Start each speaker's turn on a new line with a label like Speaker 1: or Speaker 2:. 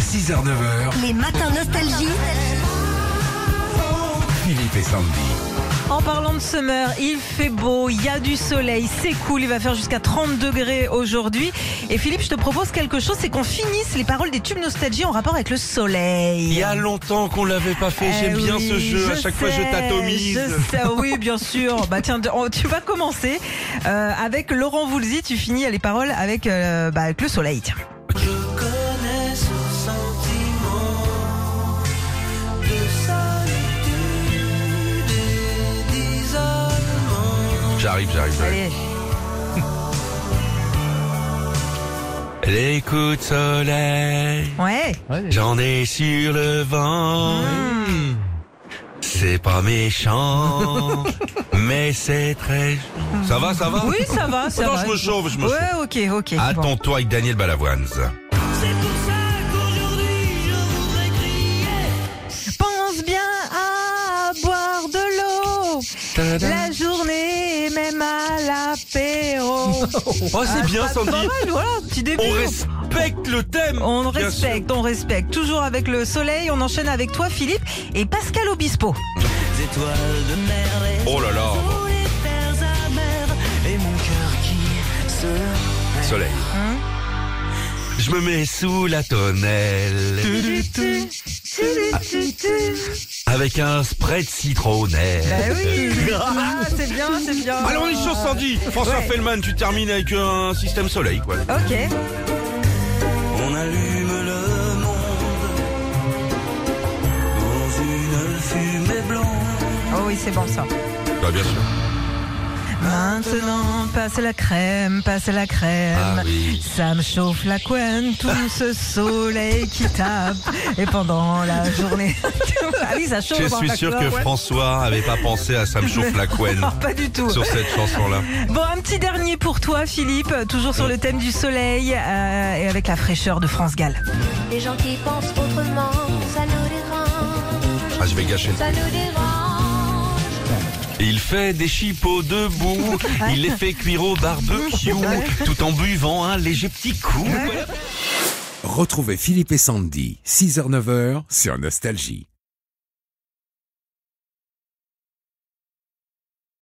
Speaker 1: 6h, 9h,
Speaker 2: Les matins nostalgie.
Speaker 1: Philippe et Sandy.
Speaker 3: En parlant de summer, il fait beau, il y a du soleil, c'est cool, il va faire jusqu'à 30 degrés aujourd'hui. Et Philippe, je te propose quelque chose, c'est qu'on finisse les paroles des tubes nostalgie en rapport avec le
Speaker 4: Il y
Speaker 3: soleil.
Speaker 4: a longtemps qu'on l'avait pas fait. J'aime
Speaker 3: Eh
Speaker 4: bien
Speaker 3: oui,
Speaker 4: ce jeu. à chaque fois, je
Speaker 3: sais,
Speaker 4: t'atomise.
Speaker 3: je sais, Ah oui, bien sûr. Bah tiens, de- on- tu vas commencer euh, avec Laurent Voulzy. Tu finis les paroles avec, euh, bah, avec le soleil. Tiens.
Speaker 4: J'arrive, j'arrive. j'arrive.
Speaker 3: Allez.
Speaker 4: Les coups de soleil,
Speaker 3: Ouais.
Speaker 4: j'en ai sur le vent.
Speaker 3: Hmm.
Speaker 4: C'est pas méchant, mais c'est très. Ça va, ça va
Speaker 3: Oui, ça va, ça
Speaker 4: Attends,
Speaker 3: va.
Speaker 4: Ah. Oh je me chauffe, je me chauffe.
Speaker 3: Ouais, ok, ok. bon.
Speaker 4: Attends-toi avec Daniel Balavoine.
Speaker 3: Pense bien à boire de l'eau. La journée, même à l'apéro. Ah,
Speaker 4: Oh, c'est bien,
Speaker 3: Pas
Speaker 4: Sandy.
Speaker 3: mal, voilà, petit début.
Speaker 4: On respecte le thème.
Speaker 3: On
Speaker 4: Bien sûr.
Speaker 3: respecte, on respecte. Toujours avec le soleil, on enchaîne avec toi, Philippe, et Pascal Obispo.
Speaker 4: Oh là là. Soleil.
Speaker 3: Hein
Speaker 4: Je me mets sous la tonnelle
Speaker 3: Ah.
Speaker 4: avec un spray de
Speaker 3: Eh
Speaker 4: citronnelle.
Speaker 3: oui, ah, c'est bien, c'est bien.
Speaker 4: Allez, on est sur Sandy. François
Speaker 3: Ouais.
Speaker 4: Fellman, tu termines avec un système soleil, quoi.
Speaker 3: Ok.
Speaker 5: On allume le monde dans une fumée blonde.
Speaker 3: Oh oui, c'est bon ça.
Speaker 4: Bah, bien sûr.
Speaker 3: Maintenant, passe la crème, passe la crème.
Speaker 4: Ah oui.
Speaker 3: Ça me chauffe la couenne, tout ce soleil qui tape. Et pendant la journée. ah oui, ça chauffe.
Speaker 4: Je
Speaker 3: bon,
Speaker 4: suis sûr que
Speaker 3: d'accord, ouais.
Speaker 4: François avait pas pensé à ça me chauffe la couenne
Speaker 3: Non, pas du tout.
Speaker 4: sur cette chanson-là.
Speaker 3: Bon, un petit dernier pour toi, Philippe, toujours sur le thème du soleil euh, et avec la fraîcheur de France Gall.
Speaker 6: Les gens qui pensent autrement, ça nous dérange.
Speaker 4: Ah, je vais gâcher.
Speaker 6: Ça nous dérange.
Speaker 4: Il fait des chipots debout, il les fait cuire au barbecue, tout en buvant un léger petit coup.
Speaker 1: Retrouvez Philippe et Sandy, 6h, 9h, sur Nostalgie.